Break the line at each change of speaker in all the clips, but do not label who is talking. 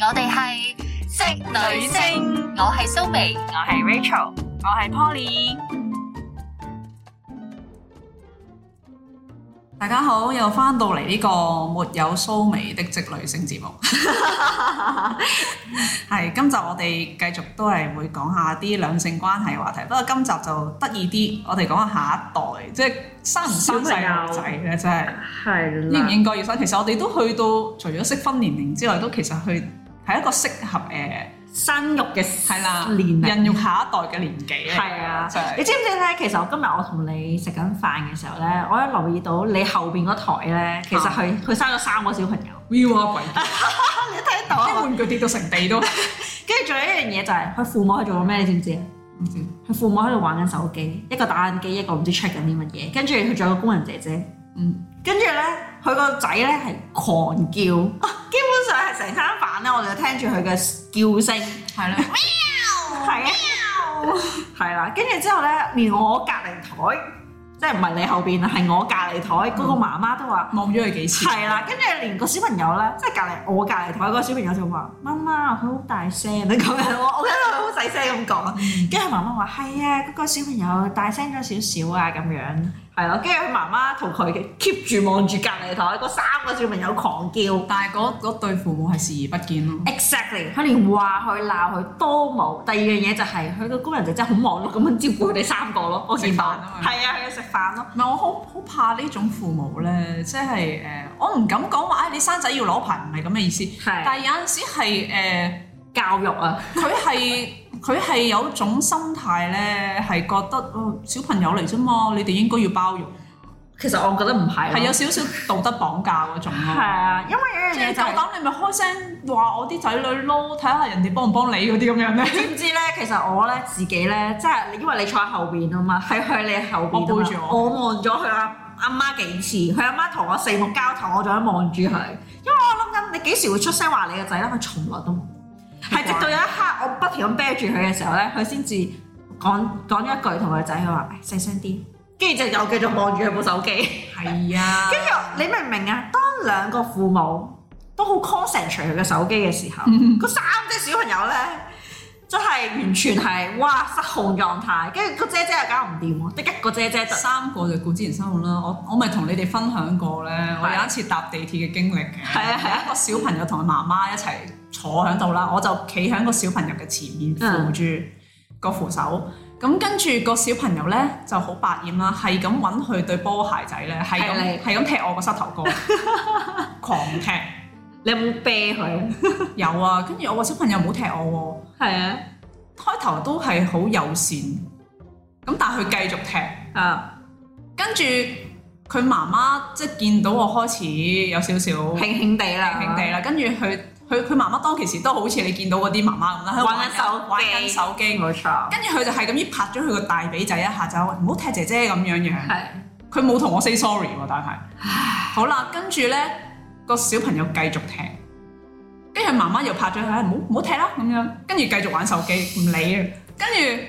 我哋係職
女聲
我係蘇眉，
我係 Rachel，我係 Poly。
大家好，又翻到嚟呢個沒有蘇眉的職女性節 目，係今集我哋繼續都係會講下啲兩性關係嘅話題，不過今集就得意啲，我哋講下下一代，即係生唔生細路仔咧，真係
係
應唔，應該要生？其實我哋都去到除咗適婚年齡之外，都其實去係一個適合誒
生育嘅
係啦，
年齡
孕育下一代嘅年紀嚟
係啊
真係
你知唔知咧？其實我今日我同你食緊飯嘅時候咧，我一留意到你後邊嗰台咧，其
啊
實佢佢生咗三個小朋友。
，view 啊鬼，
你睇到
啲玩具跌到成地都，
跟住仲有一樣嘢就係佢父母喺度做緊咩？你知唔知啊？
唔知
佢父母喺度玩緊手機，一個打緊機，一個唔知 check 緊啲乜嘢。跟住佢仲有個工人姐姐，
嗯，
跟住咧佢個仔咧係狂叫， 基本上係成餐飯咧，我哋就聽住佢嘅叫聲。
係啦。
係啊，係啦，跟住之後咧，連我隔離台，即係唔係你後邊啊，係我隔離台嗰個媽媽都話
望咗佢幾次，
係啦，跟住連個小朋友咧，即係隔離我隔離台嗰個小朋友就話：媽媽佢好大聲啊咁樣，我我覺得佢好細聲咁講，跟住佢媽媽話係啊，嗰個小朋友大聲咗少少啊咁樣，係咯，跟住佢媽媽同佢 keep 住望住隔離台嗰三個小朋友狂叫。
但係嗰嗰對父母係視而不見咯。
exactly，佢連話佢鬧佢都冇。第二樣嘢就係佢個工人姐姐好忙碌咁樣照顧佢哋三個咯， 我見到
食飯啊嘛
係啊，佢食飯咯，
唔係我好好怕呢種父母咧，即係誒、呃我唔敢講話，唉、你生仔要攞牌，唔係咁嘅意思。
係
但係有陣時係誒，
教育啊，
佢係 佢係有種心態咧，係覺得、哦、小朋友嚟啫嘛，你哋應該要包容，
其實我覺得唔係
係有
咯，
少少道德綁架嗰種
係
咯。
啊，因為
即
有一樣嘢
係
就
夠
係、
膽你咪開聲話我啲仔女咯，睇下人哋幫唔幫你嗰啲咁樣咧。
知唔知咧？其實我咧自己咧，即係因為你坐喺後邊啊嘛， 係佢你後邊
我背
啊
住
嘛，
我
我望咗佢阿阿媽幾次，佢阿媽同我四目交投，我仲喺望住佢，因為我諗緊你幾時會出聲話你個仔咧？佢從來都冇，係直到有一刻我不停咁啤住佢嘅時候咧，佢先至講講咗一句同佢仔，佢話唉細聲啲，跟住就又繼續望住佢部手機。
係啊
跟住你明唔明啊？當兩個父母都好 concentrate 佢嘅手機嘅時候，
嗯
嗰三隻小朋友咧，真係完全係哇失控狀態。跟住個姐姐又搞唔掂喎，得一個姐姐得。
三個就顧之前生活啦，我我咪同你哋分享過咧，我有一次搭地鐵嘅經歷嘅，
係啊係啊
一個小朋友同佢媽媽一齊坐喺度啦，我就企喺個小朋友嘅前面扶
嗯
住個扶手，咁跟住個小朋友咧就好百厭啦，係咁揾佢對波鞋仔咧，係
係你
咁係咁踢我個膝頭 哥，狂踢
你有冇啤佢？
有啊，跟住我個小朋友唔好踢我
係啊，
喎，開頭都係好友善，咁但係佢繼續踢。
啊，
跟住佢媽媽即係見到我開始有少少
輕
輕
輕地啦，
輕地啦，跟住佢佢佢媽媽當其時都好似你見到嗰啲媽媽咁啦，喺度
玩
玩緊
緊手機
手機，
冇錯，
跟住佢就係咁依拍咗佢個大髀仔一下就話唔好踢姐姐咁樣樣，
係
佢冇同我 say sorry 喎，但係好啦，跟住咧個小朋友繼續踢。跟住佢媽媽又拍咗佢，唉唔好唔好踢啦咁樣，跟住繼續玩手機，唔理啊。跟住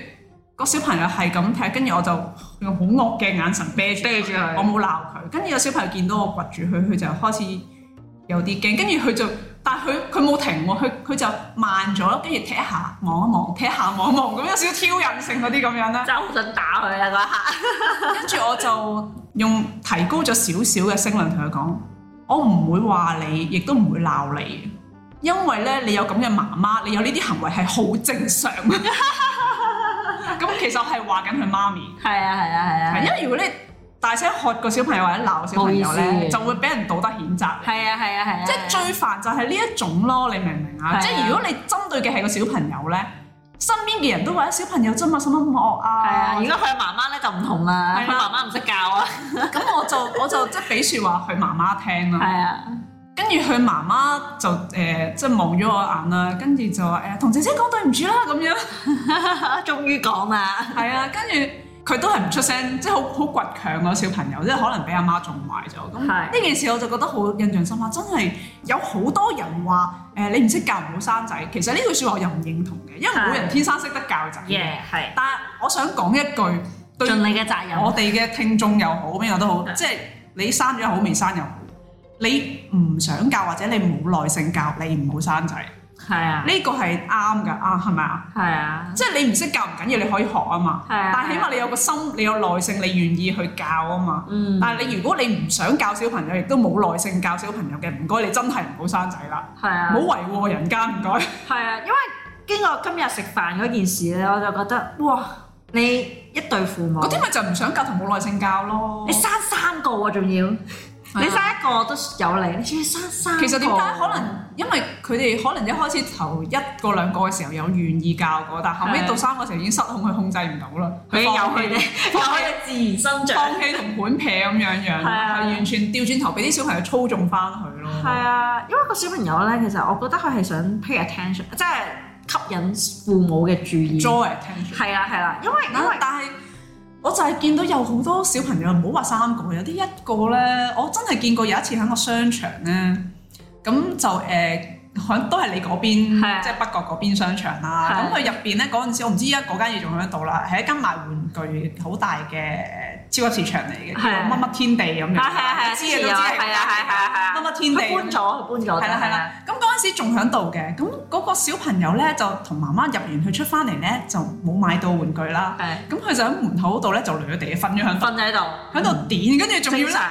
個小朋友係咁踢，跟住我就用好惡嘅眼神啤住佢
啤住
我
佢。
冇鬧佢，跟住有小朋友見到我掘住佢，佢就開始有啲驚，跟住佢就，但係佢佢冇停喎，佢佢就慢咗，跟住踢一下望一望，踢一下望一望，咁有少少挑釁性嗰啲咁樣啦。
真係好想打佢啦嗰一刻，
跟住我就用提高咗少少嘅聲量同佢講，我唔會話你，亦都唔會鬧你，因為咧你有咁嘅媽媽，你有呢啲行為係好正 常。咁其實我係話緊佢媽咪。
係啊係啊係啊
係，因為如果你大聲喝個小朋友或者鬧小朋友
冇意
咧，
思
就會俾人道德譴責。
係啊係啊係啊，
即係最煩就係呢一種咯，你明唔明
係
啊？
啊
即係如果你針對嘅係個小朋友咧，身邊嘅人都話小朋友啫嘛，使乜咁惡
係啊，
啊
如？果佢媽媽咧就唔同啦，佢
係
媽
啦
媽唔識教啊，
咁我就我就即係俾説話佢媽媽聽啦。
係啊。
跟住佢媽媽就誒、即係望咗我一眼啦，跟住就話誒同姐姐講對唔住啦咁樣。
終於講啦，
係啊，跟住佢都係唔出聲，即係好好倔強嗰個小朋友，即係可能俾阿媽縱壞咗。咁
係
呢件事我就覺得好印象深刻，真係有好多人話誒、你唔識教唔好生仔，其實呢句説話我又唔認同嘅，因為
係
冇人天生識得教仔嘅。
耶，係
但係我想講一句，對
盡你嘅責任，
我哋嘅聽眾又好，邊個都好，
係
即係你生咗好未生又好，你唔想教或者你冇耐性教，你唔好生仔。
係啊，
呢個係啱㗎，啱係咪啊？
係啊，
即係你唔識教唔緊要，你可以學啊嘛。
係啊
但係起碼你有個心，你有耐性，你願意去教啊嘛。
嗯，
但係你如果你唔想教小朋友，亦都冇耐性教小朋友嘅，唔該你真係唔好生仔啦，唔
係啊
好，維護人間，唔該。
係啊，因為經過今日食飯嗰件事咧，我就覺得哇，你一對父母
嗰，啲咪就唔想教同冇耐性教咯
你。生三個喎，仲要你生一個都有你，你仲要生三個
其實點
哦
解可能因為佢哋可能一開始頭一個兩個嘅時候有願意教過，但後
係
尾到三個時候已經失控，佢控制唔到啦。
佢有
放棄
佢哋，有佢哋自然生長，
放棄同盤撇咁樣樣，係
係啊
完全調轉頭俾啲小朋友操縱翻佢咯。
係啊，因為個小朋友咧，其實我覺得佢係想 pay attention，即係吸引父母嘅注意。
joy attention。
係啊啦係啦，因為因為
但係我就係見到有好多小朋友，唔好話三個，有啲一個咧，我真係見過有一次喺個商場咧，咁就誒。呃響都係你嗰邊
係，啊
即係北角嗰邊商場啦。
係啊
咁佢入邊咧嗰陣時，我唔知依家嗰間嘢仲喺度啦，係一間賣玩具好大嘅呃超級市場嚟嘅，叫
係啊
乜乜天地咁樣。
啊係啊係啊，
你知嘅
知
都知係
啊係啊係啊係啊，
乜乜天地
佢
咁樣
搬咗，佢
係
搬咗，
啦係啦，咁嗰陣時仲喺度嘅，咁嗰個小朋友咧就同媽媽入完去出翻嚟咧就冇買到玩具啦，
係
咁佢就喺門口嗰度咧就掠地瞓咗喺度，
瞓喺度，
喺度點，跟住仲要
嗯正
咧
常。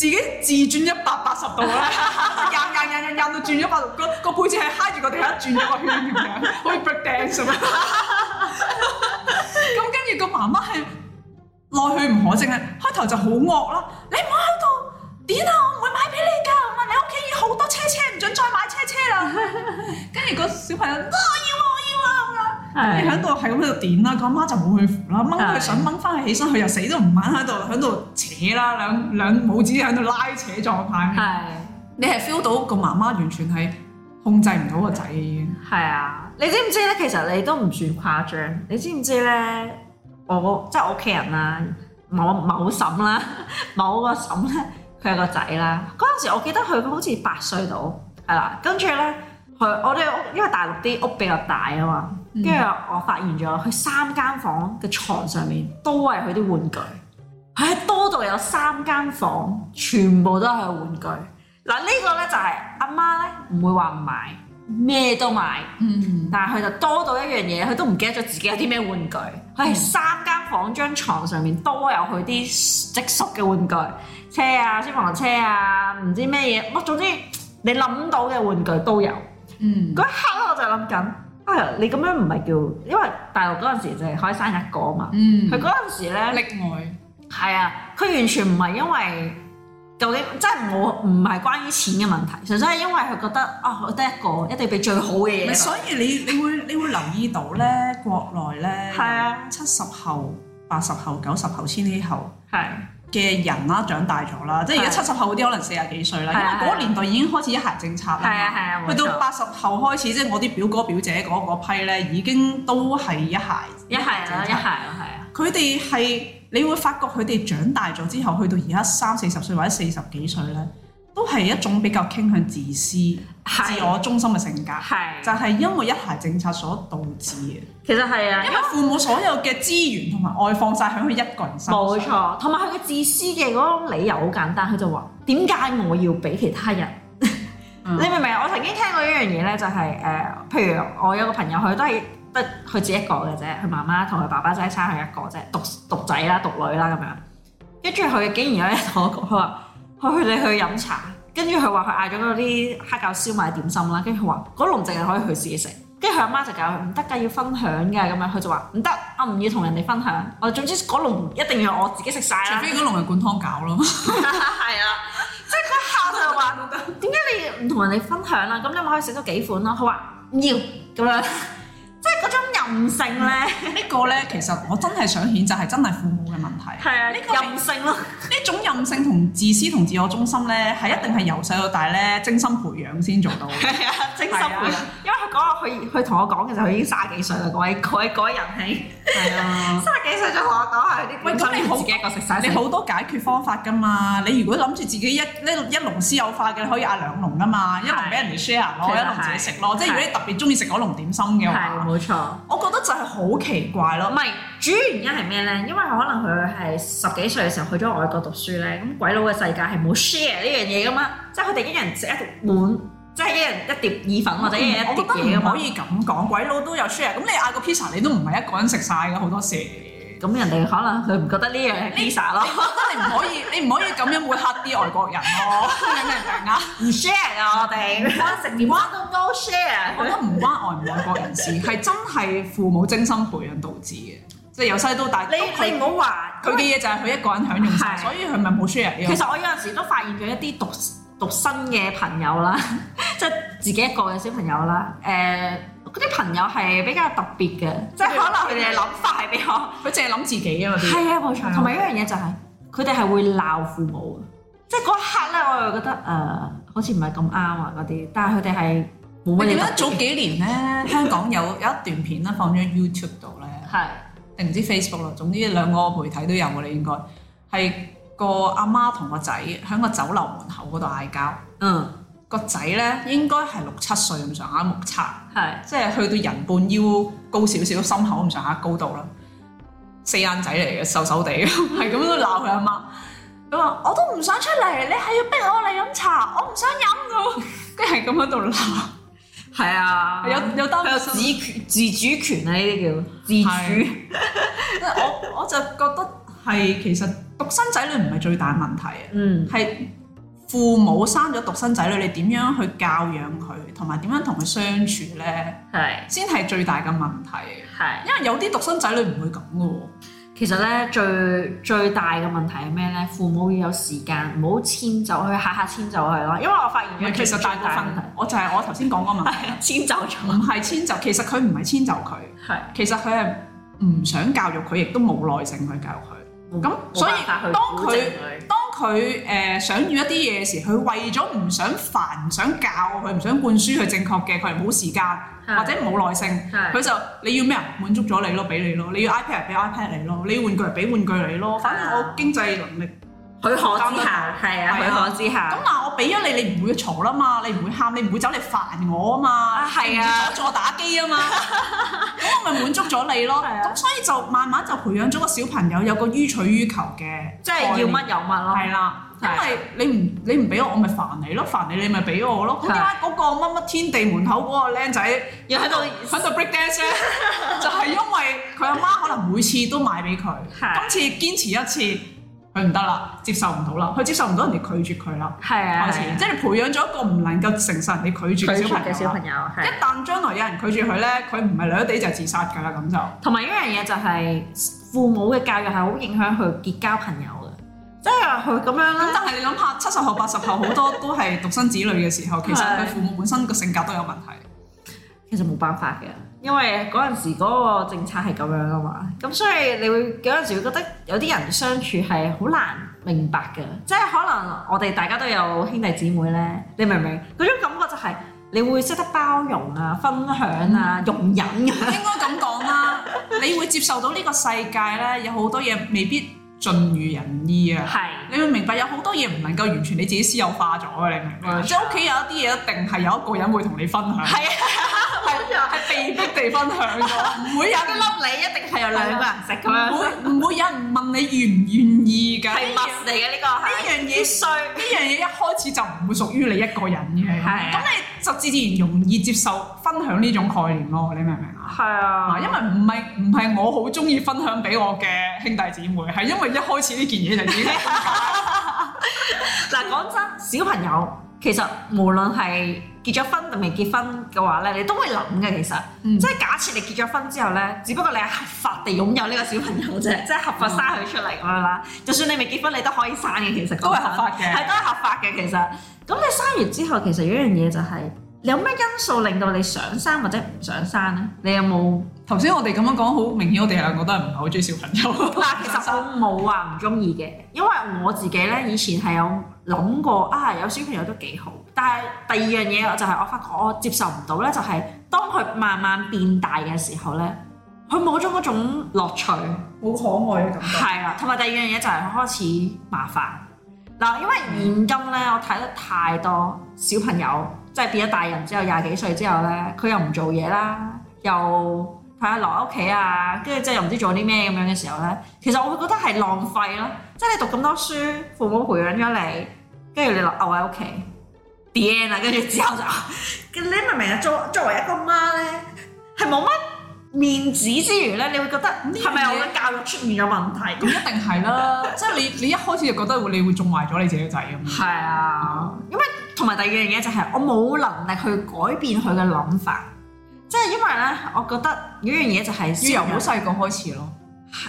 自己自轉一百八十度啦， 印印印印印到轉一百度，個個背脊係揩住個地下轉咗個圈咁樣，好似 break dance 咁樣。 咁跟住個媽媽係奈佢唔可證啊，開頭就好惡啦，你唔好喺度點啊，我唔會買俾你㗎，我話你屋企已經好多車車，唔准再買車車啦。跟住個小朋友，啊我要啊，我要啊咁樣。跟住喺度係咁喺度點啦，個阿媽就冇去扶啦，掹佢
係
想掹翻佢起身，佢又死都唔肯喺度喺度扯啦，兩兩母子喺度拉扯狀態。
係
你係 feel 到個媽媽完全係控制唔到個仔已經。
係啊！你知唔知咧？其實你都唔算誇張。你知唔知咧？我即係我屋企人啦，某某嬸啦， 某個嬸咧，佢有個仔啦。嗰陣時我記得佢好似八歲到，係啦。跟住咧，佢我哋屋因為大陸啲屋比較大啊嘛，跟住我發現咗佢三間房嘅床上面都係佢啲玩具，係多到有三間房全部都係佢玩具。嗱呢個咧就係阿媽咧唔會話唔買，咩都買。
嗯，
但係佢就多到一樣嘢，佢都唔記得咗自己有啲咩玩具。佢係三間房張床上面都有佢啲直屬嘅玩具，車啊、消防車啊，唔知咩嘢，乜總之你諗到嘅玩具都有。
嗯，
嗰一刻 我就諗緊，啊你咁樣唔係叫，因為大陸嗰陣時就係可以生一個啊嘛。
嗯
佢嗰陣時咧，
溺愛。
係啊，佢完全唔係因為究竟，即係冇唔係關於錢嘅問題，純粹係因為佢覺得啊，我得一個，一定要俾最好嘅嘢佢。
所以你你會你會留意到咧，國內咧
係啊，
七十後、八十後、九十後、千禧後。
係
嘅人啦，長大咗啦，即係而家
係啊
七十後嗰啲可能四廿幾歲啦，
係啊
因為嗰個年代已經開始一孩政策啦
係
嘛。
啊係啊，
去
冇
到
錯
八十後開始，即係我啲表哥表姐嗰嗰批咧，已經都係一孩。
一係啦，一係啦，係啊，
佢哋係你會發覺佢哋長大咗之後，去到而家三四十歲或者四十幾歲咧，都係一種比較傾向自私、自我中心嘅性格，就
係，
係因為一孩政策所導致嘅。
其實係啊
因，為父母所有嘅資源同埋愛放晒喺佢一個人身上。
冇錯，同埋佢嘅自私嘅嗰種理由好簡單，佢就話點解我要俾其他人？
嗯
你明唔明？我曾經聽過一樣嘢咧，就係、呃譬如我有個朋友，佢都係得佢自己一個嘅啫，佢媽媽同佢爸爸齋生佢一個啫，獨獨仔啦、獨女啦咁樣。跟住佢竟然有一日同我講，佢話佢哋去飲茶，跟住佢話佢嗌咗嗰啲黑餃燒賣點心啦，跟住佢話嗰籠淨係可以佢自己食。跟住佢阿媽就教佢唔得㗎，要分享㗎咁樣，佢就話唔得，我唔要同人哋分享，我總之嗰籠一定要我自己食晒啦。
除非嗰籠係灌湯餃咯。
係啊，即係嗰下就話點解你唔同人哋分享啦？咁你咪可以食咗幾款咯。佢話唔要咁樣，即係嗰種任性咧，
呢個咧，其實我真係想譴責係真係父母嘅問題。
係啊
呢個係
任性咯，
呢種任性同自私同自我中心咧，係一定係由細到大咧精心培養先 做到嘅。
係啊，精心培
係
養
啊。
因為佢嗰日佢佢同我講，其實佢已經卅幾歲啦，嗰位嗰位嗰位仁兄，
係啊，
卅幾歲就同我講係啲
喂咁你好
自己一個食晒，
你好多解決方法噶嘛。你如果諗住自己一呢一籠私有化嘅，你可以嗌兩籠噶嘛，一籠俾人哋 share 咯，
其
一
實係
籠自己食咯。即係
係
如果你特別中意食嗰籠點心嘅
係
話，
冇錯。
我覺得就係好奇怪
唔
咯。
係，主要原因係咩咧？因為可能佢係十幾歲嘅時候去咗外國讀書咧，咁鬼佬嘅世界係冇 share 呢樣嘢噶嘛，即係佢哋一人食一碗，即即係一人一碟意粉或者一人一碟
嗯我覺
嘢
得
㗎
唔
嘛
可。以咁講，鬼佬都有 share。咁你嗌個 pizza，你都唔係一個人食晒㗎，好 多時。
咁人哋可能佢唔覺得呢樣係 pizza 咯，
真係唔可以，你唔可以咁樣會嚇啲外國人咯，你明唔明啊？
唔 share 啊我哋，食點乜都 no share
我覺得唔關外唔外國人事，係真係父母精心培養導致嘅，即係由細到大。
你你唔好話
佢嘅嘢就係佢一個人享用晒，
係
所以佢咪冇 share 呢
其
個。
實我有陣時都發現咗一啲獨獨生嘅朋友啦， 即係自己一個嘅小朋友啦。誒、嗰啲朋友係比較特別嘅，即係可能佢哋嘅諗法係比我
佢淨係諗自己啊嘛啲。
係啊冇
係啊
錯。同埋一樣嘢就係佢哋係會鬧父母嘅，即係嗰一刻咧，我又覺得誒、好似唔係咁啱啊嗰啲，但係佢哋係冇乜
你記
嘢
得
特別
早幾年咧，香港有有 一段片咧放咗喺 YouTube 度咧，
係
定唔知 Facebook 啦，總之兩個媒體都有嘅你應該係個阿媽同個仔喺個酒樓門口嗰度嗌交，
嗯
個仔咧應該係六七歲咁上下目測。
係
即係去到人半腰高少少，心口咁上下高度啦。四眼仔嚟嘅，瘦瘦地， 係咁都鬧佢阿媽。佢話：我都唔想出嚟，你係要逼我嚟飲茶，我唔想飲㗎。跟住係咁喺度鬧，
係啊，
有有單
佢有自權自主權啊呢啲叫自主
係。我我就覺得係其實獨生仔女唔係最大問題啊，
嗯。
係父母生咗獨生仔女，你點樣去教養佢，同埋點樣同佢相處咧，
係
先係最大嘅問題。啊
係，
因為有啲獨生仔女唔會咁嘅喎。
其實咧最最大嘅問題係咩咧？父母要有時間，唔好遷就佢，下下遷就佢咯。因為我發現
唔係，
咗
其實大部分我就係我頭先講嗰個問題，
最大嘅問
唔
題係遷就咗，
係遷就，其實佢唔係遷就佢，
係
其實佢係唔想教育佢，亦都冇耐性去教育佢。咁所以當佢當佢誒、呃想要一啲嘢時，佢為咗唔想煩、唔想教佢、唔想灌輸佢正確嘅，佢係冇時間
係
或者冇耐性，
係
佢就你要咩啊？滿足咗你咯，俾你咯，你要 iPad 俾 iPad 你咯，你要玩具俾玩具你咯，反正
啊
我經濟能力。
許可之下，係
係
啊，許
啊
可之
咁
下，
嗱，我俾咗你，你唔會嘈啦嘛，你唔會喊，你唔會走嚟煩我啊嘛，
啊係
你
啊
唔會阻住我打機啊 嘛，咁我咪滿足咗你咯。
係啊
咁所以就慢慢就培養咗個小朋友有個於取於求嘅，
即係要乜有乜咯。
係啦。因
係啊
為你唔你唔俾我，我咪煩你咯，煩你你咪俾我咯。咁點解嗰個乜乜天地門口嗰個僆仔
啊又喺度
喺度 break dance 咧？ 就係因為佢阿媽可能每次都買俾佢，
係
今次堅持一次，佢唔得啦，接受唔到啦，佢接受唔到人哋拒絕佢啦。
係啊
開，始，即係你培養咗一個唔能夠承受人哋拒
拒
絕嘅
絕
小
嘅小
朋友啦。啊
朋
一
友啊係。
旦將來有人拒絕佢咧，佢唔係兩地就係自殺㗎啦，咁就
同埋一樣嘢就係父母嘅教育係好影響佢結交朋友嘅，即係佢咁樣
咁。
啦。
但係你諗下，七十後、八十後好多都係獨生子女嘅時候，其實
係
佢父母本身個性格都有問題。
其實冇辦法嘅，因為嗰陣時嗰個政策係咁樣啊嘛，咁所以你會有陣時會覺得有啲人相處係好難明白嘅，即係可能我哋大家都有兄弟姊妹咧，你明唔明？嗰種感覺就係你會識得包容啊、分享啊、容忍啊，
應該咁講啦，你會接受到呢個世界咧，有好多嘢未必盡如人意啊。
係
你會明白有好多嘢唔能夠完全你自己私有化咗嘅，你明唔明啊？
冇錯
即係屋企有一啲嘢一定係有一個人會同你分享，
係啊，
係被逼地分享㗎，唔會有
係
人
粒梨一定係有
兩個
人食
唔會唔會有人問你願唔願意㗎？
係
呢
物嚟嘅呢個
樣呢
係
樣嘢
衰，
呢樣嘢一開始就唔會屬於你一個人嘅，
係啊
咁你就自自然容易接受分享呢種概念咯，你明唔明啊？
係啊
啊，因為唔係唔係我好中意分享俾我嘅兄弟姊妹，係因為一開始呢件嘢就已經 係咁搞
嗱，講真，小朋友其實無論係結咗婚定未結婚嘅話咧，你都會諗嘅。其實，
嗯
即係假設你結咗婚之後咧，只不過你係合法地擁有呢個小朋友
嗯
啫，即係合法生佢出嚟咁樣啦。就算你未結婚，你都可以生嘅。其實
都係合法嘅
係都係合法嘅。其實，咁你生完之後，其實有一樣嘢就係、你有咩因素令到你想生或者唔想生咧？你有冇？
頭先我哋咁樣講，好明顯我哋兩個都係唔係好中意小朋友。
嗱，其實 我冇話唔中意嘅，因為我自己咧以前係有諗過啊，有小朋友都幾好。但係第二樣嘢就係我發覺我接受唔到咧，就係當佢慢慢變大嘅時候咧，佢冇咗嗰種樂趣，
好可愛嘅感
係啊啦。同埋第二樣嘢就係佢開始麻煩嗱，因為現今咧我睇得太多小朋友即係變咗大人之後，廿幾歲之後咧，佢又唔做嘢啦，又。係啊，留喺屋企啊，跟住即係又唔知做啲咩咁樣嘅時候咧，其實我會覺得係浪費咯。即係你讀咁多書，父母培養咗你，跟住你留留喺屋企， the end 啦，跟住之後就，啊你明唔明啊？作作為一個媽咧，係冇乜面子之餘咧，你會覺得嗯
樣嘢
係咪我嘅教育出現咗問題？
咁一定係啦，即係你你一開始就覺得會你會縱壞咗你自己嘅仔咁。
係啊，因為同埋第二樣嘢就係我冇能力去改變佢嘅諗法，即係因為咧，我覺得有一樣嘢就係
要由好細個開始咯。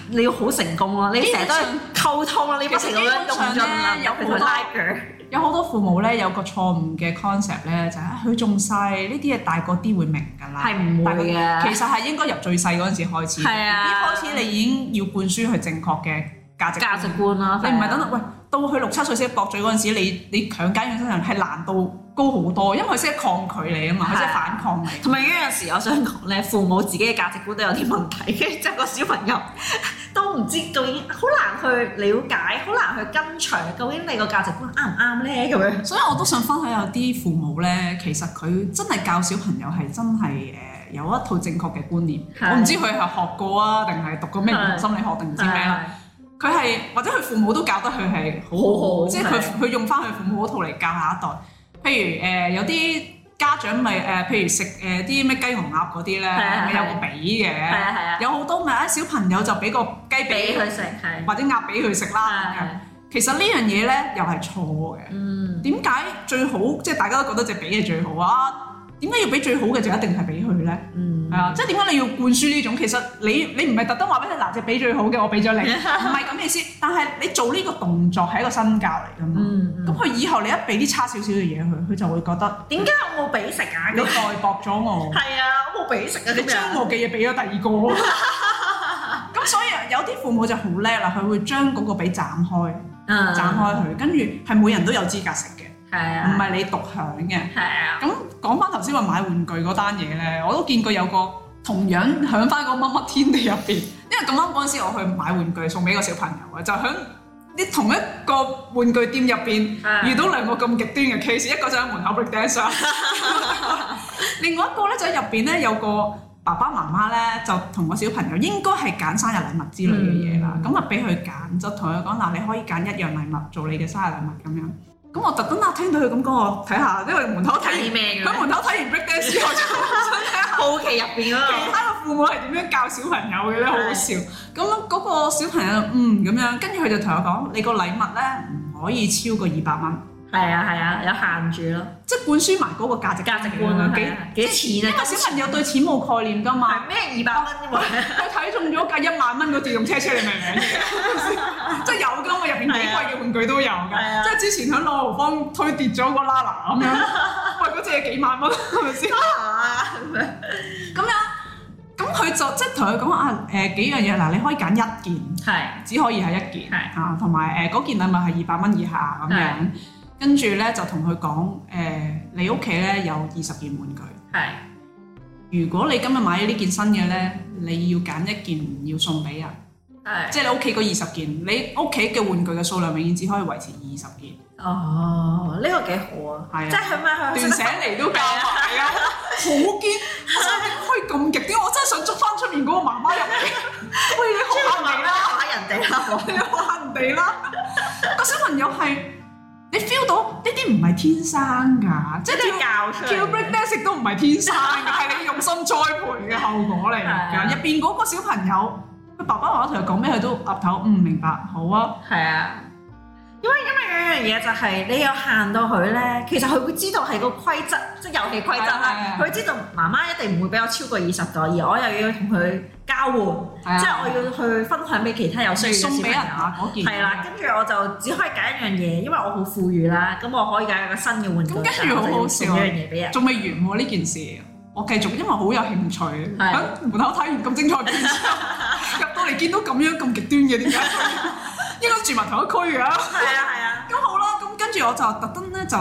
你要好成功咯，你成日都係溝通啦，你不停咁樣用盡啦，
其實基本上咧有
有
好多
佢拉鋸。
有好多父母咧有個錯誤嘅 concept 咧，就係啊佢仲細，呢啲嘢大個啲會明㗎啦。
係唔會
大
嘅
個啲其實係應該由最細嗰陣時開始。
係啊
一開始你已經要灌輸佢正確嘅價值觀。
價值觀啦，
你唔係等啊到喂到佢六七歲先駁嘴嗰陣時，你你強姦佢身上係難度高好多，因為佢識得抗拒你啊嘛，佢識得
係啊
反抗你。
同埋有陣時，我想講咧，父母自己嘅價值觀都有啲問題， 跟住之後個小朋友都唔知究竟，好難去了解，好難去跟隨，究竟你個價值觀啱唔啱咧？咁樣
所以我都想分享有啲父母咧，其實佢真係教小朋友係真係誒、呃有一套正確嘅觀念。
係
我唔知佢係學過啊，定係讀過咩
係
心理學定唔知咩啦。佢係或者佢父母都教得佢係好
好
好，
好
即係
係
佢佢用翻佢父母嗰套嚟教下一代。譬如誒、呃有啲家長咪誒、呃譬如食誒啲咩雞同鴨嗰啲咧，
係啊
咪
係啊
有個髀
係
嘅，
啊係啊，
有好多咪啊小朋友就俾個雞
俾
髀
佢食係
或者鴨俾佢食啦。咁樣
係
其實呢樣嘢咧又係錯
Dạ.
嘅。
嗯
點解最好即係大家都覺得隻髀係最好啊？點解要俾最好嘅就一定係俾佢咧？
嗯
係啊，即係點解你要灌輸呢種？其實你你唔係特登話俾佢嗱隻髀最好嘅，我俾咗 你，唔係咁嘅意思。但係你做呢個動作係一個身教嚟㗎嘛。
嗯
咁佢、以後你一俾啲差少少嘅嘢佢，佢就會覺 得
點解我冇俾食啊？
你代薄咗 我，
係啊，我冇俾食啊
你
咁
將
樣。
我嘅嘢俾咗第二個。
啊
咁所以有啲父母就好叻啦，佢會將嗰個髀斬開，
嗯
斬開佢，跟住係每人都有資格食嘅，
係
唔
啊，
係你獨享嘅。
係啊，
咁講翻頭先話買玩具嗰單嘢咧，我都見過有個同樣響翻個乜乜天地入邊，因為咁啱嗰陣時我去買玩具送俾個小朋友啊，就響啲同一個玩具店入邊
啊
遇到兩個咁極端嘅 case，一個就喺門口 break dance 啊另外一個咧就喺入邊咧有個。爸爸媽媽咧就同個小朋友應該係揀生日禮物之類嘅嘢啦，
嗯
咁啊俾佢揀，就同佢講嗱，你可以揀一樣禮物做你嘅生日禮物咁樣。咁我特登啊聽到佢咁講，我睇下，因為門口睇完
睇咩嘅
喺門口睇完 break dance 之後，就想睇下
好奇入邊嗰
其
個
他嘅父母係點樣教小朋友嘅咧，好好笑。咁嗰個小朋友嗯咁樣，跟住佢就同我講：你個禮物咧唔可以超過二百蚊，
係啊係啊，有限住咯，
即係灌輸埋嗰個價值
價值觀啊，
幾
係啊幾錢
因
啊？
為小朋友對錢冇概念㗎嘛。
係咩二百蚊啫嘛？
佢睇中咗架一萬蚊嗰電動車車，你明唔 明？即係有㗎嘛，入邊幾貴嘅玩具都有
啊係
㗎。
啊
即係之前喺朗豪坊推跌咗個拉拉 咁樣，喂嗰隻嘢幾萬蚊係咪先？
啊咁樣
咁樣，咁佢就即係同佢講啊誒、幾樣嘢嗱，你可以揀一件，
係。
只可以係一件，
係
啊，同埋誒嗰件禮物係二百蚊以下咁樣。跟住咧就同佢講誒，你屋企咧有二十件玩具。
係
如果你今日買咗呢件新嘅咧，你要揀一件唔要送俾人。
係
即係你屋企嗰二十件，你屋企嘅玩具嘅數量永遠只可以維持二十件，
哦，呢個幾好啊！
係啊
即係佢咪佢
斷捨離都教埋啊！好堅，我真係點可以咁極端？我真係想捉翻出面嗰個媽媽入嚟，喂你
出
好
嚟
下人哋
啦，
啦，
嚇人哋啦，
你好下人哋啦！個小朋友係你 feel 到呢啲唔係天生㗎，即
即
係
係
跳
教出
跳
嚟
break dance 都唔係天生㗎，係你用心栽培嘅後果嚟
係啊
㗎。入邊嗰個小朋友，佢爸爸媽媽同佢講咩，佢都岌頭，嗯明白，好啊。
係啊。因為因為有一樣嘢就係你有限到佢咧，其實佢會知道係個規則，即係遊戲規則啦。
係係係啊
佢知道媽媽一定唔會俾我超過二十個，而我又要同佢交換，
係啊
即係我要去分享俾其他有需要嘅小
送
朋
俾人
友。
啊嗰件。
係啦，跟住我就只可以揀一樣嘢，因為我好富裕啦，咁我可以揀一個新嘅玩具，
咁跟住
但我就
好好
要送
笑啊
一樣嘢俾人。
仲未完喎呢件事，我繼續，因為好有興趣。
係
喺門口睇完咁精彩片之後，入到嚟見到咁樣咁極端嘅，點解？應該住埋同一區㗎。
係啊係啊，
咁好啦，咁跟住我就特登咧就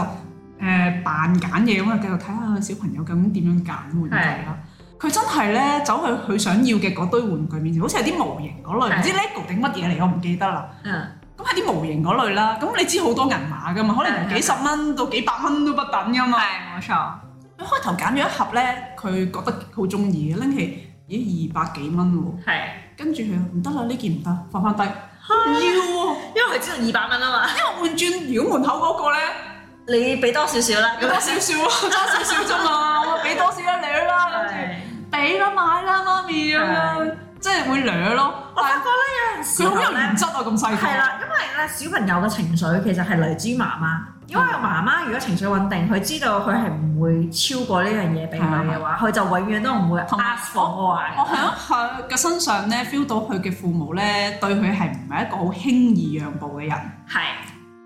誒扮揀嘢咁啊，繼續睇下個小朋友究竟點樣揀玩具啦。佢真係咧走去佢想要嘅嗰堆玩具面前，好似係啲模型嗰類，唔知 LEGO 定乜嘢嚟，我唔記得啦。
嗯。
咁係啲模型嗰類啦，咁你知好多銀碼㗎嘛，可能由幾十蚊到幾百蚊都不等㗎嘛。
係冇錯，
佢開頭揀咗一盒咧，佢覺得好中意嘅，拎起咦二百幾蚊喎，
係
跟住佢話唔得啦，呢件唔得， 放翻低，唔要喎、
因為佢知道二百蚊啊嘛，
因為換轉如果門口嗰個咧
你俾多少少啦，
俾多少少啊， 多少少啫嘛，我俾多少一兩啦，跟住俾啦買啦媽咪咁樣，即係會掠咯。
我
但
發
係
覺咧有陣時
佢好
候
有
咧
原則啊，咁細個。
係啦，因為咧小朋友嘅情緒其實係嚟自於媽媽，因為媽媽如果情緒穩定，佢知道佢係唔會超過呢樣嘢俾佢嘅話，佢就永遠都唔會
同埋
ask for
我
more。
喺佢嘅身上咧 feel 到佢嘅父母咧對佢係唔係一個好輕易讓步嘅人，
係，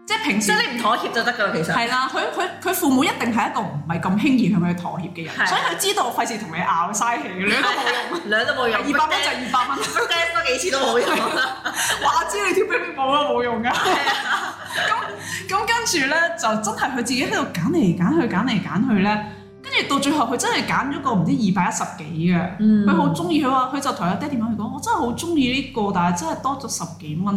即係平時
即係你唔妥協就得㗎啦，其實。
係啦，佢佢佢父母一定係一個唔係咁輕易向佢妥協嘅人，
係
所以佢知道費事同你拗嘥氣，你都 冇用，
兩都冇用，
二百蚊就二百蚊。
就 test 多幾次都冇用啦。
話知你條 baby 冇啊啦，冇用噶。咁
啊
咁跟住咧，就真係佢自己喺度揀嚟揀去，揀嚟揀去咧。跟住到最後，佢真係揀咗個唔知二百一十幾嘅。
嗯
佢好中意佢話，佢就同佢爹哋媽咪講：我真係好中意呢個，但係真係多咗十幾蚊。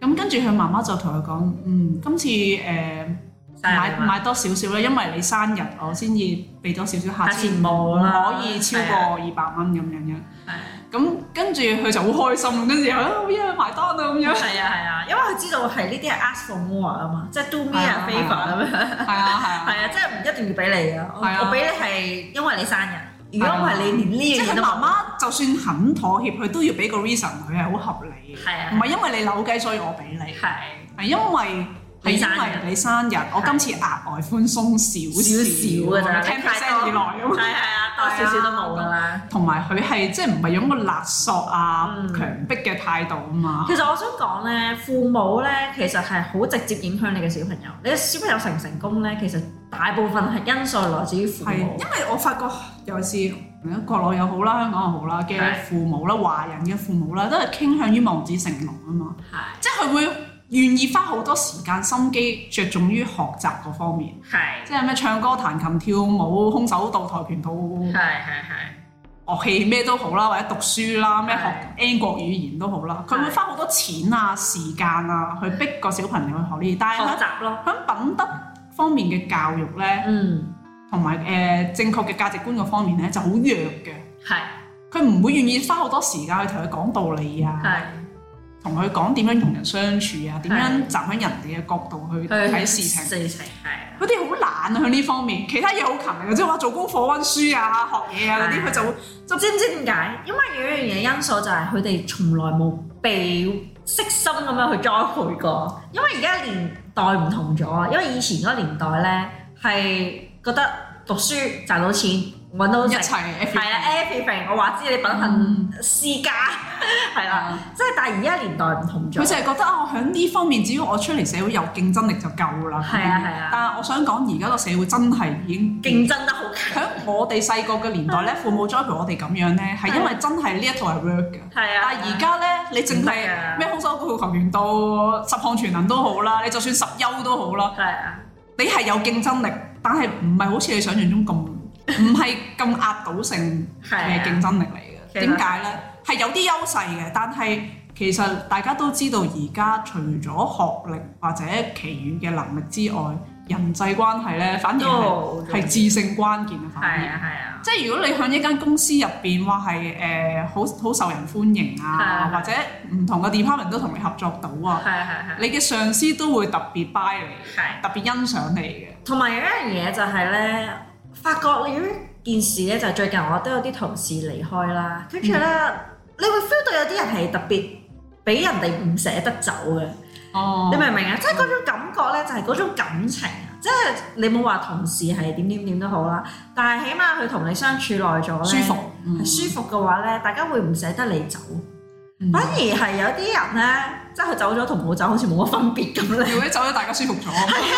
咁跟住佢媽媽就同佢講：嗯，今次誒、呃、
啊
買買多少少啦，因為你生日我先至俾多少少，下
下
次
次
唔
冇啦，
可以超
係啊。
過二百蚊咁樣樣。
係啊
咁跟住佢就好開心，跟住啊，好嘢埋單啊咁樣。
係啊係啊，因為佢知道係呢啲係 ask for more 啊嘛，即係 do me
係
a
啊
favour 咁樣。
係啊係啊，
係啊，即係唔一定要俾你啊！我
係啊
我俾你係因為你生日，如果唔係你連
即
呢樣嘢
係
都
媽
冇。
媽就算肯妥協，佢都要俾個 reason，佢係好合理嘅，
係啊
唔係因為你扭計所以我俾你，
係
係因為係
你
因
生日
為你生日，我今次額外寬鬆少
少
少
少嘅咋，
ten
你太
percent
多
以內咁
係。係啊，多少少都冇㗎啦。
同埋佢係即係唔係用個勒索啊、
嗯
強迫嘅態度啊嘛，
其實我想講咧，父母咧其實係好直接影響你嘅小朋友。你嘅小朋友成唔成功咧，其實大部分係因素來自於父
係因
母。
為我發覺尤其是嗯國內又好啦、香港又好啦嘅
係
父母啦、華人嘅父母啦，都係傾向於望子成龍啊嘛。
係
即係佢會願意花好多時間心機，着重於學習嗰方面，
係
即係咩唱歌、彈琴、跳舞、空手道、跆拳道、
係係
樂器咩都好啦，或者讀書啦，咩學
係
N 國語言都好啦，佢會
係
花好多錢啊、時間啊，去逼個小朋友去學呢啲。但
係
係
學習咯。
喺喺品德方面嘅教育咧，
嗯，
同埋呃誒正確嘅價值觀嗰方面咧，就好弱嘅。
係
佢唔會願意花好多時間去同佢講道理啊。
係
同佢講點樣同人相處啊，點樣站喺人哋嘅角度去睇事情。
事情係
佢哋好懶啊，喺呢方面，其他嘢好勤力啊嘅，即係話做功課、温書啊、學嘢啊嗰啲，
係
佢就會
就知唔知點解？因為有一樣嘢因素就係佢哋從來冇被悉心咁樣去栽培過。因為而家年代唔同咗，因為以前嗰個年代咧係覺得讀書賺到錢揾到
一
食，
齊
係啊 everything，我話知你品行私家 係啊啦，
啦。
即係但係而家年代唔同
佢
咗，
就係覺得啊，我喺呢方面，只要我出嚟社會有競爭力就夠啦。
係啊係啊
但係我想講，而家個社會真係已經
競爭得好強，
喺我哋細個嘅年代咧，父母栽培我哋咁樣咧，係因為真係呢一套係 work 嘅。
係啊，
但係而家咧，你淨
唔得啊
係咩空手高球拳道、十項全能都好啦，你就算十優都好啦，
係啊。
你係有競爭力，但係唔係好似你想象中咁，唔係咁壓倒性嘅競爭力嚟
啊其
嘅。
實
點解咧？係有啲優勢嘅，但係其實大家都知道，而家除咗學歷或者其餘嘅能力之外，人際關係咧反而係
都
係致勝關鍵嘅反而
係。啊係啊，
即係如果你喺一間公司入邊話係誒好好受人歡迎啊，
係
或者唔同嘅 department 都同你合作到啊，
係係
你嘅上司都會特別 buy 你，
係係。啊
特別欣賞你嘅。
同埋有一樣嘢就係咧，發覺你呢件事咧，就係最近我都有啲同事離開啦，跟住咧，
嗯
你會 feel 到有啲人係特別俾人哋唔捨得走嘅，
哦
你明唔明啊？即係嗰種感覺咧，就係嗰種感情啊！即係你冇話同事係點點點都好啦，但係起碼佢同你相處耐咗
舒
咧，
服，
係舒服嘅話咧，大家會唔捨得你走，
嗯。
反而係有啲人咧，即係佢走咗同冇走好似冇乜分別咁咧。
如果走咗，大家舒服咗。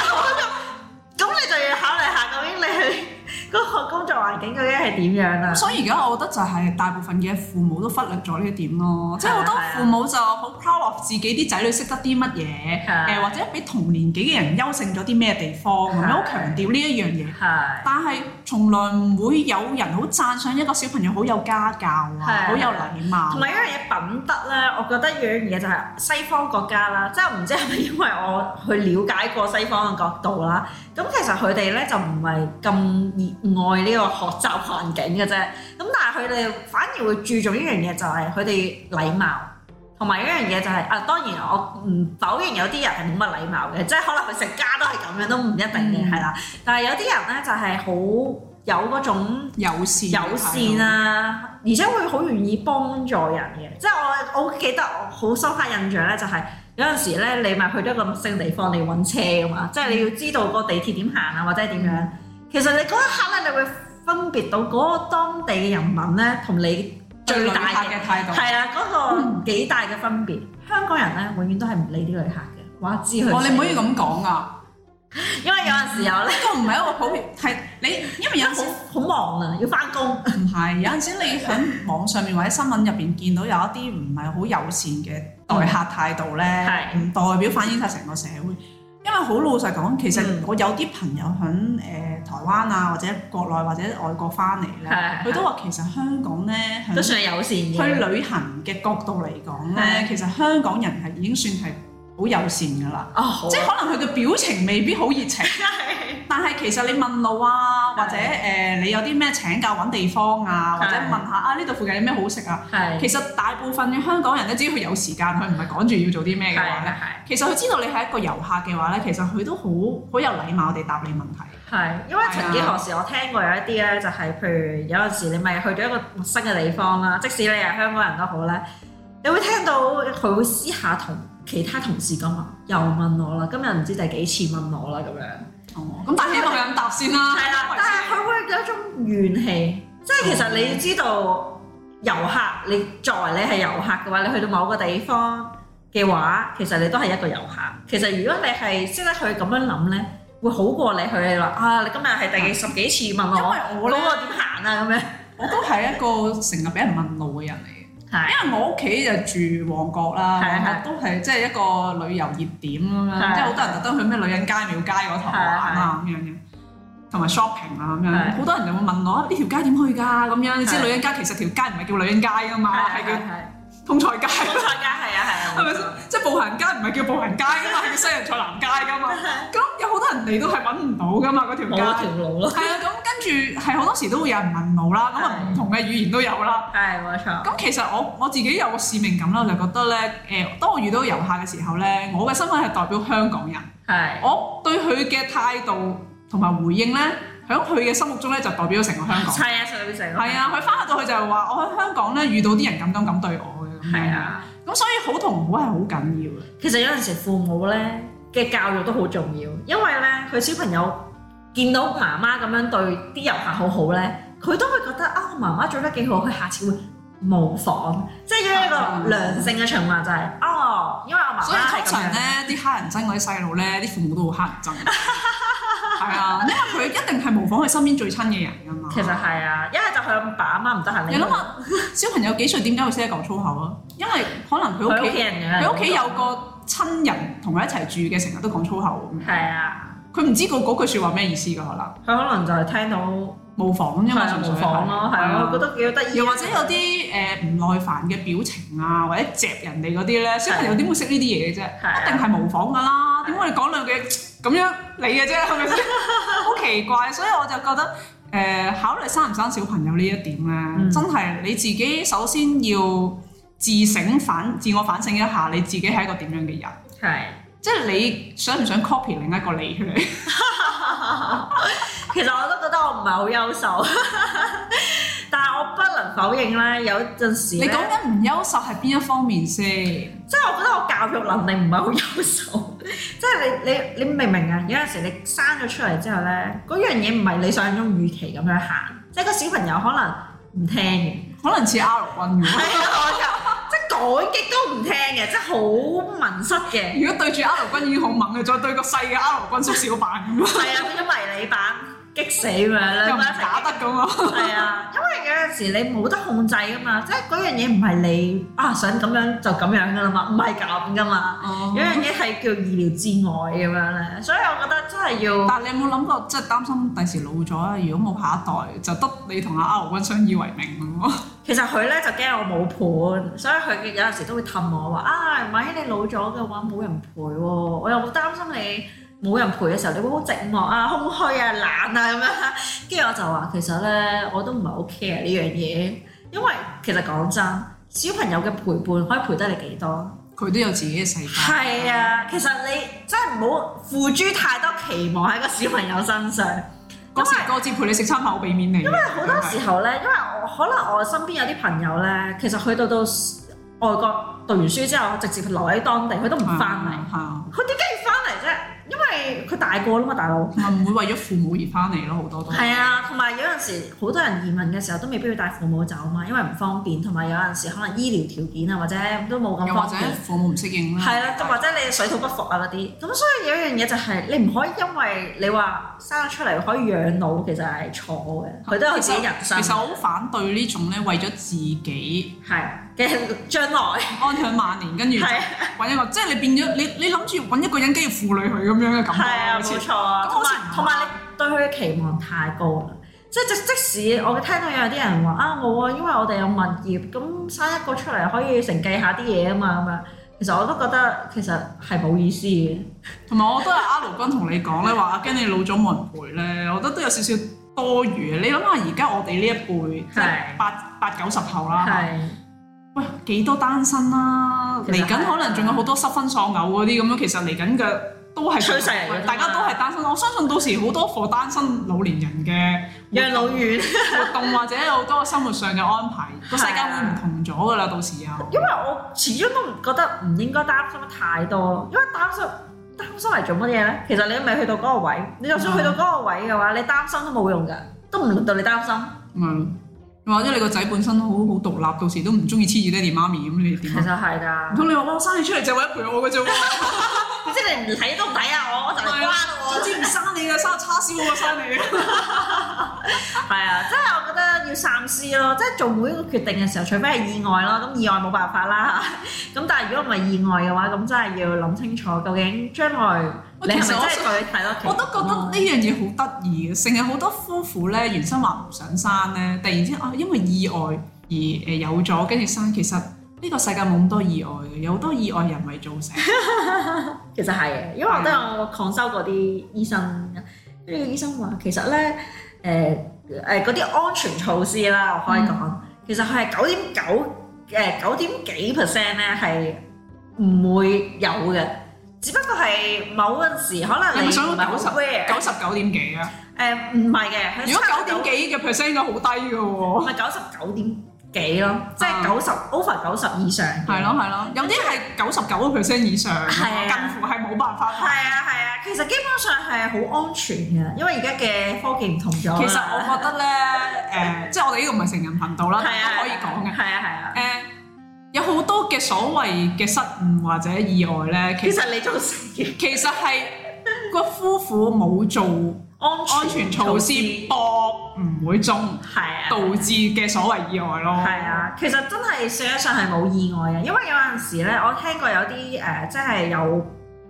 啊咁你就要考慮下究竟你去嗰個工作環境究竟係點樣啦。
所以而家我覺得就係大部分嘅父母都忽略咗呢一點咯，即係好多
係啊
父母就好 proud of 自己啲仔女識得啲乜嘢，
係啊
誒或者比同年紀嘅人優勝咗啲咩地方，咁樣好強調呢一樣嘢。
係
但係從來唔會有人好讚賞一個小朋友好有家教啊，
係
好有禮貌
同。埋一樣嘢品德咧，我覺得有一樣嘢就係西方國家啦，即係唔知係咪因為我去了解過西方嘅角度啦，咁其實佢哋咧就唔係咁熱愛呢個學習環境嘅啫，咁但係佢哋反而會注重一樣嘢就係佢哋禮貌。同埋一樣嘢就係、啊，當然我唔否認有啲人係冇乜禮貌嘅，即係可能佢成家都係咁樣都唔一定嘅，
嗯
係啦、但係有啲人咧就係好有嗰種
友善
友善啊，而且會好願意幫助人嘅。即係我我記得我好深刻印象咧，就係、有陣時咧，你咪去咗一個陌生地方，你要揾車噶嘛，即係你要知道個地鐵點行啊，或者係點樣。其實你嗰一刻咧，你會分別到嗰個當地嘅人民咧，同你
對
最
旅客
大嘅。嗯
嘅態度，
係啦，嗰、個幾大嘅分別。香港人咧，永遠都係唔理啲旅客嘅，話知佢。
我哦你唔可以，咁講啊！
因為有陣時候
呢
咧，
個唔係一個普遍係你，因為有陣時
好好忙啊，要翻工。
唔係有陣時你喺網上面或者新聞入邊見到有一啲唔係好友善嘅待客態度咧，
係
唔代表反映晒成個社會。因為好老實講，其實
嗯
我有啲朋友喺誒、呃台灣啊，或者國內或者外國翻嚟咧，
係係
佢都話其實香港咧
都
喺
算係友善
去
嘅，
旅行嘅角度嚟講咧，
係
其實香港人係已經算係好友善㗎啦。
哦，好
即係可能佢嘅表情未必好熱情，但係其實你問路啊，或者誒、呃你有啲咩請教揾地方啊，
係嗯
或者問下啊呢度附近有咩好食啊，
係
其實大部分嘅香港人咧，只要佢有時間，佢唔係趕住要做啲咩嘅話咧，
係
其實佢知道你係一個遊客嘅話咧，其實佢都好好有禮貌地答你問題。
係，因為曾幾何時我聽過有一啲咧，就係譬如有陣時你咪去咗一個陌生嘅地方啦，即使你係香港人都好咧，你會聽到佢會私下同其他同事講話，又問我啦，今日唔知第幾次問我啦咁樣。
哦，咁但係希望佢咁答先啦。
係啦，但係佢會有一種怨氣，即係其實你要知道遊客，你作為你係遊客嘅話，你去到某個地方嘅話，其實你都係一個遊客。其實如果你係識得去咁樣諗咧，會好過你去你話啊，你今日係第十幾次問
因為
我
我
嗰
咧
個點行啊咁樣。
我都係一個成日俾人問路嘅人嚟嘅。
係
因為我屋企就住旺角啦，
係
旺角都係即係一個旅遊熱點咁
係
樣，即係好多人特登去咩女人街、廟街嗰頭玩啊咁樣嘅，同埋 shopping 啊咁
係
樣，好多人就會問我呢條街點去㗎咁樣，你知
係
女人街其實條街唔係叫女人街㗎嘛，係
係
叫通菜街，
係，菜街係啊係啊，
係咪先？即係步行街唔係叫步行街㗎 嘛，係叫西洋菜南街㗎嘛，咁有好多人嚟都係揾唔到㗎嘛嗰條
冇嗰
街。
條路咯。
係啊，咁跟住係好多時都會有人問路啦，咁啊
係
唔同嘅語言都有啦。
係冇錯，
咁其實我我自己有個使命感啦，我就覺得咧，誒、當我遇到遊客嘅時候咧，我嘅身份係代表香港人，
係
我對佢嘅態度同埋回應咧，喺佢嘅心目中咧就代表咗成個香港。
係啊，上面成個
係啊，佢翻到去就係話，我喺香港咧遇到啲人咁咁咁對我嘅咁樣。
係，啊。
咁所以好同唔好係好緊要嘅。
其實有陣時父母咧嘅教育都好重要，因為咧佢小朋友見到媽媽咁樣對啲遊客好好咧，佢都會覺得啊，我媽媽做得幾好，佢下次會模
嗯
仿，即係有一個良性嘅循環就係、哦，因為我媽
所以
媽係
通
咁
常
樣，
咧，啲黑人憎嗰啲細路咧，啲父母都好黑 人憎。係啊，因為佢一定係模仿佢身邊最親嘅人㗎嘛。
其實係啊，一係就佢阿爸阿媽唔得閒理
你諗下， 小朋友幾歲點解會識得講粗口啊？因為可能佢
佢
屋
屋
企
企人嘅，
佢屋企有個親人同佢一齊住嘅，成日都講粗口咁樣。
係啊，
佢唔知嗰嗰句説話咩意思㗎，可能
佢可能就係聽到係
模仿啫嘛，
啊
純粹
模仿咯，係啊，我覺。得幾得意啊，
又或者有啲誒唔耐煩嘅表情啊，或者嚼人哋嗰啲咧，小朋友點會識呢啲嘢嘅啫？
係啊
一定係模仿㗎啦。點解你講兩句咁樣嚟嘅啫？係 咪先？好奇怪，所以我就覺得。誒、考慮生唔生小朋友呢一點咧，
嗯
真係你自己首先要自省反自我反省一下，你自己係一個點樣嘅人。
係。啊
即係你想唔想 copy 另一個你出嚟？
其實我都覺得我唔係好優秀， 但係我不能否認咧，有陣時
你
咧
講緊唔優秀係邊一方面先？
即係我覺得我教育能力唔係好優秀， 即係你你你明唔明啊？有陣時你生咗出嚟之後咧，嗰樣嘢唔係你想象中預期咁樣行，即係個小朋友可能唔聽嘅，
可能似 R 君
係
咁。
啊，我就即係講極都唔聽嘅，即係好文質嘅，
如果對住 R 君已經好猛嘅，再對個細嘅 R 君縮小版咁樣，
係啊， 變咗迷你版激死咁樣，
又唔
兩個一齊
打得咁啊！
係啊， 因為有陣時你冇得控制噶嘛，即係嗰樣嘢唔係你啊想咁樣就咁樣噶啦嘛，唔係咁噶嘛。有樣嘢係叫意料之外咁樣咧，所以我覺得真係要
但係你有冇諗過，即係擔心第時老咗，如果冇下一代，就得你同阿 R 君相依為命咁咯。
其實佢咧就驚我冇伴，所以佢有陣時都會氹我話啊，萬一你老咗嘅話冇人陪喎，我又好擔心你冇人陪嘅時候，你會好寂寞啊、空虛啊、懶啊咁樣。跟住我就話其實咧，我都唔係好 care 呢樣嘢，因為其實講真，小朋友嘅陪伴可以陪得你幾多？
佢都有自己嘅世界。
係啊，其實你真係唔好付諸太多期望喺個小朋友身上，因
嗰時
為
嗰節陪你食餐飯，我俾面你。啊因為
好多時候咧，因為我可能我身邊有啲朋友咧，其實去到到外國讀完書之後，直接留喺當地，佢都唔翻嚟。
係啊，
佢點解要翻嚟啫？因為佢大個啦嘛，大佬。
同啊埋唔會為咗父母而翻嚟咯，好多都。
係啊，同埋有陣時好多人移民嘅時候都未必要帶父母走嘛，因為唔方便，同埋有陣時可能醫療條件啊，或者嗯都冇咁
又
方
或者
便。
父母唔適應啦。
係啊啦，或者你水土不服啊嗰啲，咁所以有一樣嘢就係你唔可以因為你話生咗出嚟可以養老，其實係錯嘅，佢都有自己人生
其實我好反對呢種咧，為咗自己
係嘅將來
安享晚年，跟住
係啊
揾一個，即係你變咗你你諗住揾一個人跟住負累佢咁樣嘅感覺
係啊，
好
冇
似
錯啊，
咁好
同埋
似
同埋你對佢嘅期望太高啦。即係即即使我聽到有啲人話啊冇啊，因為我哋有物業，咁生一個出嚟可以承繼下啲嘢啊嘛咁樣。其實我都覺得其實係冇意思嘅。
同埋我都係阿盧君同你講咧，話阿跟你老咗冇人陪咧，我覺得都有少少多餘。你諗下而家我哋呢一輩，即係
係
八八九十後啦，
係
喂幾多單身啦，
其實
嚟緊
係
可能仲有好多失婚喪偶嗰啲咁樣，其實嚟緊嘅都係
趨勢嚟嘅啫嘛
大家都係單身。我相信到時好多課單身老年人嘅
養老院。
活動或者有好多生活上嘅安排，個世界會唔同咗噶啦，到時又
因為我始終都唔覺得唔應該擔心得太多，因為擔心擔心嚟做乜嘢咧？其實你都未去到嗰個位，你就算去到
嗯
嗰個位嘅話，你擔心都冇用㗎，都唔輪到你擔心。
咁又或者你個仔本身好好獨立，到時都唔中意黐住爹哋媽咪咁，你
其
點
實
啊？
係㗎
唔，通你話哇我生你出嚟就為咗陪我嘅 啫喎，
即係你唔睇都唔睇啊！我我就嚟瓜啦
總
喎。
之唔生你嘅，生個叉燒我生你嘅。
係啊，即係我覺得要三思咯，即係做每一個決定嘅時候，除非係意外咯，咁意外冇辦法啦。 咁但係如果唔係意外嘅話，咁真係要諗清楚，究竟將來你係咪
其實
真
我
係嗯對佢太多期
我都覺得呢
望
樣嘢好得意嘅，成日好多夫婦咧原生話唔想生咧，突然之間啊因為意外而誒有咗，跟住生其實。呢個世界冇咁多意外嘅，有好多意外人為造 成。
其實係嘅，因為我都
嗯
有抗收嗰啲醫生，跟住個醫生話其實咧誒誒嗰啲安全措施啦，我可以講，
嗯
其實佢係九點九誒九點幾 percent 咧係唔會有嘅，只不過係某陣時可能
你
你
咪
唔
想
係
到
好
九十
aware
九十九點幾啊？
誒唔係嘅，佢
如果
差唔
九
多
點幾嘅 percent 應該好低嘅
唔
喎。
係九十九點幾咯，即係
啊
九十 over 九十以上。
係咯係咯，有啲係九十九個 percent 以上，
係啊
近乎係冇辦
係
法。
啊係啊，其實基本上係好安全嘅，因為而家嘅科技唔同咗啦。
其實我覺得咧，誒，即係我哋呢個唔係成人頻道啦，
係啊，
都可以講嘅。
係啊係啊，
誒，有好多嘅所謂嘅失誤或者意外咧，
其
其實
實你做事
其實係個夫婦冇做
安
安全措 施，搏唔會中，
係啊，
導致嘅所謂意外咯。
係，啊，其實真係實際上係冇意外嘅，因為有陣時咧，我聽過有啲誒、呃即係有誒、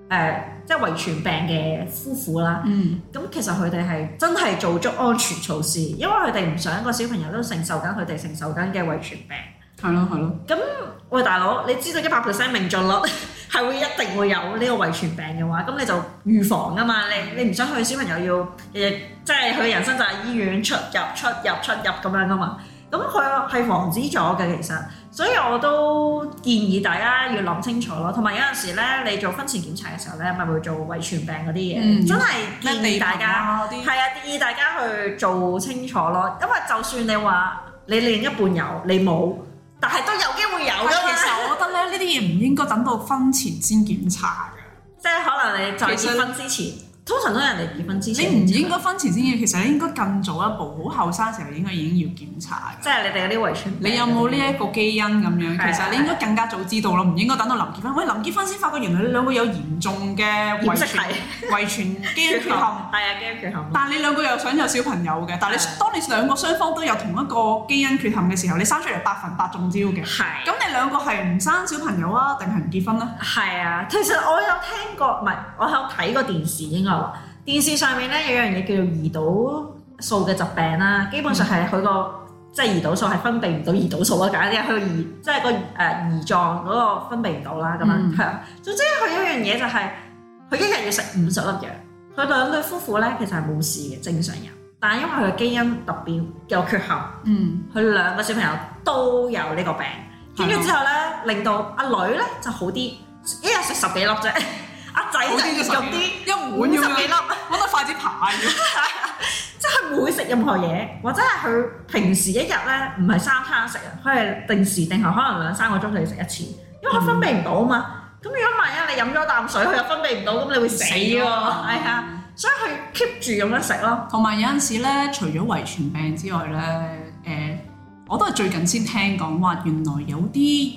呃即係遺傳病嘅夫婦啦，
嗯，
咁其實佢哋係真係做足安全措施，因為佢哋唔想個小朋友都承受緊佢哋承受緊嘅遺傳病。
係咯係咯。
喂，大佬，你知道一百 percent 命中率 係會一定會有呢個遺傳病嘅話，咁你就預防啊嘛。你你唔想佢小朋友要日日，即係佢人生就係醫院出入出入出入咁樣噶嘛。咁佢係防止咗嘅其實，所以我都建議大家要諗清楚咯。同埋有陣時咧，你做婚前檢查嘅時候咧，咪會做遺傳病嗰啲嘢，
嗯
真係建議大家。
家啲
係啊，建議大家去做清楚咯，因為就算你話你另一半有，你冇，但係都有機會有
我
㗎
啊其
嘛。
實我覺得咧，呢啲嘢唔應該等到婚前先檢查嘅。
即係可能你就
其實
結婚之前，通常都係人哋結婚之前。
你唔應該婚前先檢，其實你應該更早一步，好後生時候應該已經要檢查嘅。
即係你哋嗰啲遺傳病。
你有冇呢一個基因咁樣？
係啊
其實你應該更加早知道咯，唔應該等到臨結婚。喂，臨結婚先發覺原來你兩個有嚴重嘅遺
染色
傳
體
遺傳基因缺
係
陷，
啊，基因缺陷。
但你兩個又想有小朋友嘅，但你
係
當你兩個雙方都有同一個基因缺陷嘅時候，你生出嚟百分百中招嘅。
係。
咁你兩個係唔生小朋友啊，定係唔結婚咧？
係啊，其實我有聽過，唔係我有睇過電視應該話，電視上面咧有樣嘢叫做胰島素嘅疾病啦，基本上係佢個即係胰島素係分泌唔到胰島素啊，簡單啲佢個胰即係個誒胰臟嗰個分泌唔到啦咁
嗯
樣，係啊、總之佢有一樣嘢就係、佢一日要食五十粒藥，佢兩對夫婦咧其實係冇事嘅正常人，但係因為佢嘅基因特別有缺陷。
嗯。
佢兩個小朋友都有呢個病，跟住之後咧，令到阿女咧就好啲，一日食十幾粒啫， 阿仔就嚴重啲，
一碗
五
咁
十
樣
幾粒，
揾到筷子扒要。
即係佢唔會食任何嘢，或者係佢平時一日咧唔係三餐食啊，佢係定時定候可能兩三個鐘就要食一次，因為佢分泌唔到啊嘛。咁如果萬一你飲咗啖水，佢又分泌唔到，咁你 會死
死喎
喎。係啊，所以佢 keep 住咁樣食咯。
同埋有陣時咧，除咗遺傳病之外咧，誒、我都係最近先聽講話，原來有啲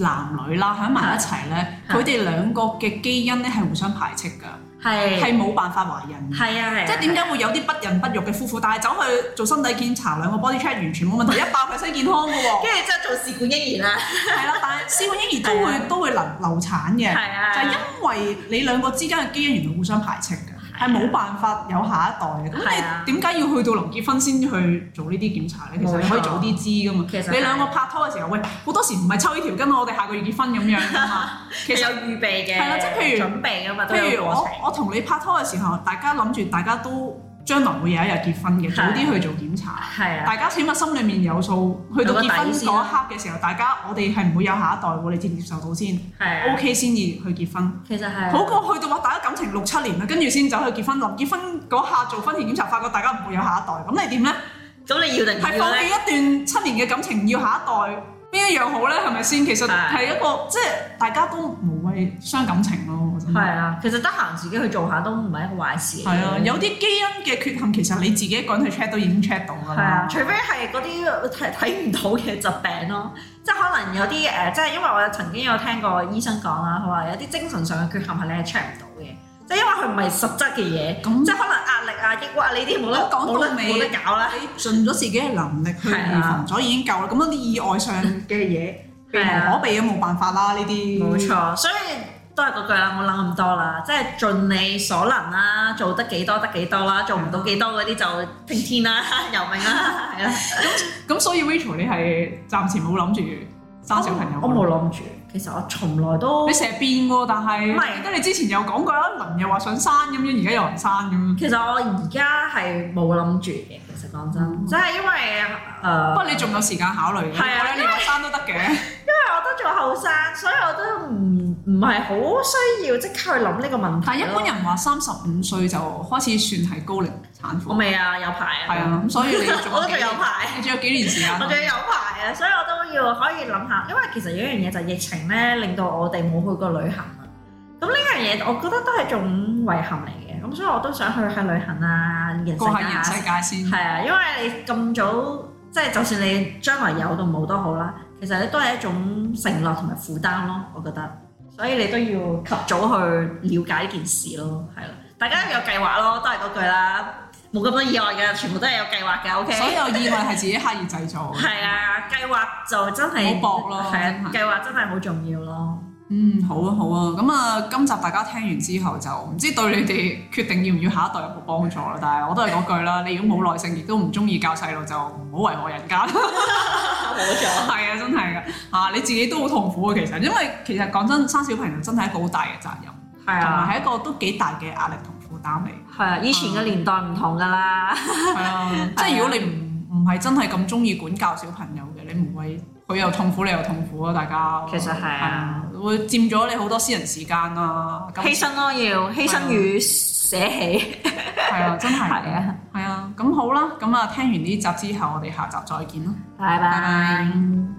男女啦喺埋一齊咧，
係
佢哋兩個嘅基因咧係互相排斥㗎，
係
係冇辦法懷孕。
係啊係啊。
即係點解會有啲不孕不育嘅夫婦，但係走去做身體檢查，兩個 body check 完全冇問題，一百 percent 健康嘅喎。
跟住之後做試管嬰啊兒啦，
係啦，但係試管嬰兒都
係啊
會都會流流產嘅，
係啊
就係因為你兩個之間嘅基因原來互相排斥嘅，係冇辦法有下一代嘅。
啊係啊
咁你點解要去到臨結婚先去做呢啲檢查咧？其實
冇錯
你可以早啲知噶嘛。
其實係
你兩個拍拖嘅時候，喂，好多時唔係抽呢條筋，啊我哋下個月結婚咁樣噶 嘛。其
有
實
預備嘅，
係啦即係譬如
準備噶嘛，都
譬
有
如
過
我
程。
我同你拍拖嘅時候，大家諗住大家都將來會有一日結婚嘅，
係
早啲去做檢查。
係啊，
大家起碼心裏面有數，去到
有個
結婚
底先
嗰
啦
一刻嘅時候，大家我哋係唔會有下一代喎，你接唔接受到先？O
係啊，
K 先至去結婚，
其實係啊
好過去到話大家感情六七年啦，啊跟住先走去結婚。臨結婚嗰下做婚前檢查，發覺大家唔會有下一代，咁你點呢？
咁你要定唔
係
要
放
咧
棄一段七年嘅感情，唔要下一代，邊一樣好呢？係咪先？其實
係
係一個即係大家都無謂傷感情咯，我真
係。啊，其實得閒自己去做下都唔係一個壞事嚟嘅。
係啊，有啲基因嘅缺陷，其實你自己一個人去 check 都已經 check 到㗎
係啊，
啦。
除非係嗰啲呃睇睇唔到嘅疾病咯，即係可能有啲誒、即係因為我曾經有聽過醫生講啦，佢話有啲精神上嘅缺陷係你係 check 唔到嘅，即係因為佢唔係實質嘅嘢，
咁
即係可能壓力啊、抑鬱啊呢啲冇得
講到
冇得
尾
冇得搞啦。
你盡咗自己嘅能力去
啊
預防咗已經夠啦。咁樣啲意外上嘅嘢，避
係啊
無可避都冇辦法啦。呢啲
冇，錯，所以都係嗰句啦，冇諗咁多啦，即係盡你所能啦，做得幾多得幾多啦，做唔到幾多嗰啲就聽天啦、 由命啦，係啦。
咁所以 Rachel 你係暫時冇諗住生小朋友。
哦我冇。諗住，其實我從來都
你。成日變喎，但係
唔係
記得你之前有講過啦，林又話想生咁樣，而家有人生咁樣。
其實我而家係冇諗住嘅，其實講
嗯
真，即係因為誒，
不
呃
過你仲有時間考慮嘅，
係啊
過兩年話生都得嘅。
因為我都仲後生，所以我都唔唔係好需要即刻去諗呢個問題咯。
但係一般人話三十五歲就開始算係高齡產
我
婦，
未啊，有排啊，
係啊，咁所以你仲
我都
幾
仲有排，
你仲有幾年時間
我仲有排啊，所以我都要可以諗下，因為其實有一樣嘢就係疫情咧，令到我哋冇去過旅行啊。咁呢樣嘢我覺得都係一種遺憾嚟嘅，咁所以我都想去下旅行啊，人世
過下
界啊
人世界先。
係啊，因為你咁早，即係就算你將來有到冇都好啦，其實你都係一種承諾同埋負擔咯，我覺得。所以你都要及早去了解呢件事咯，係啦。大家有計劃咯，都係嗰句啦，冇咁多意外嘅，全部都係有計劃嘅。OK，
所有意外係自己刻意製造。
係啊，計劃就真係
好搏咯
係
真
啊
係，
計劃真係好重要咯。
嗯，好啊，好啊。咁啊，今集大家聽完之後就唔知對你哋決定要唔要下一代有冇幫助啦。但係我都係嗰句啦，你如果冇耐性，亦都唔中意教細路，就唔好為我人家 啦。
冇錯，
係啊，真係㗎。啊，你自己都好痛苦啊，其實，因為其實講真，生小朋友真係一個好大嘅責任，
係
同
啊，
埋係一個都幾大嘅壓力同負擔嚟。
係啊，以前嘅年代唔同㗎啦，
係啊，即係如果你唔唔係真係咁中意管教小朋友嘅，你無謂佢又痛苦，你又痛苦啊，大家。
其實係啊，
會佔咗你好多私人時間啦。咁
犧牲咯要，犧牲與捨棄，
係啊，真係
係啊，
係啊，咁好啦，咁啊，聽完呢集之後，我哋下集再見啦，拜
拜拜
拜。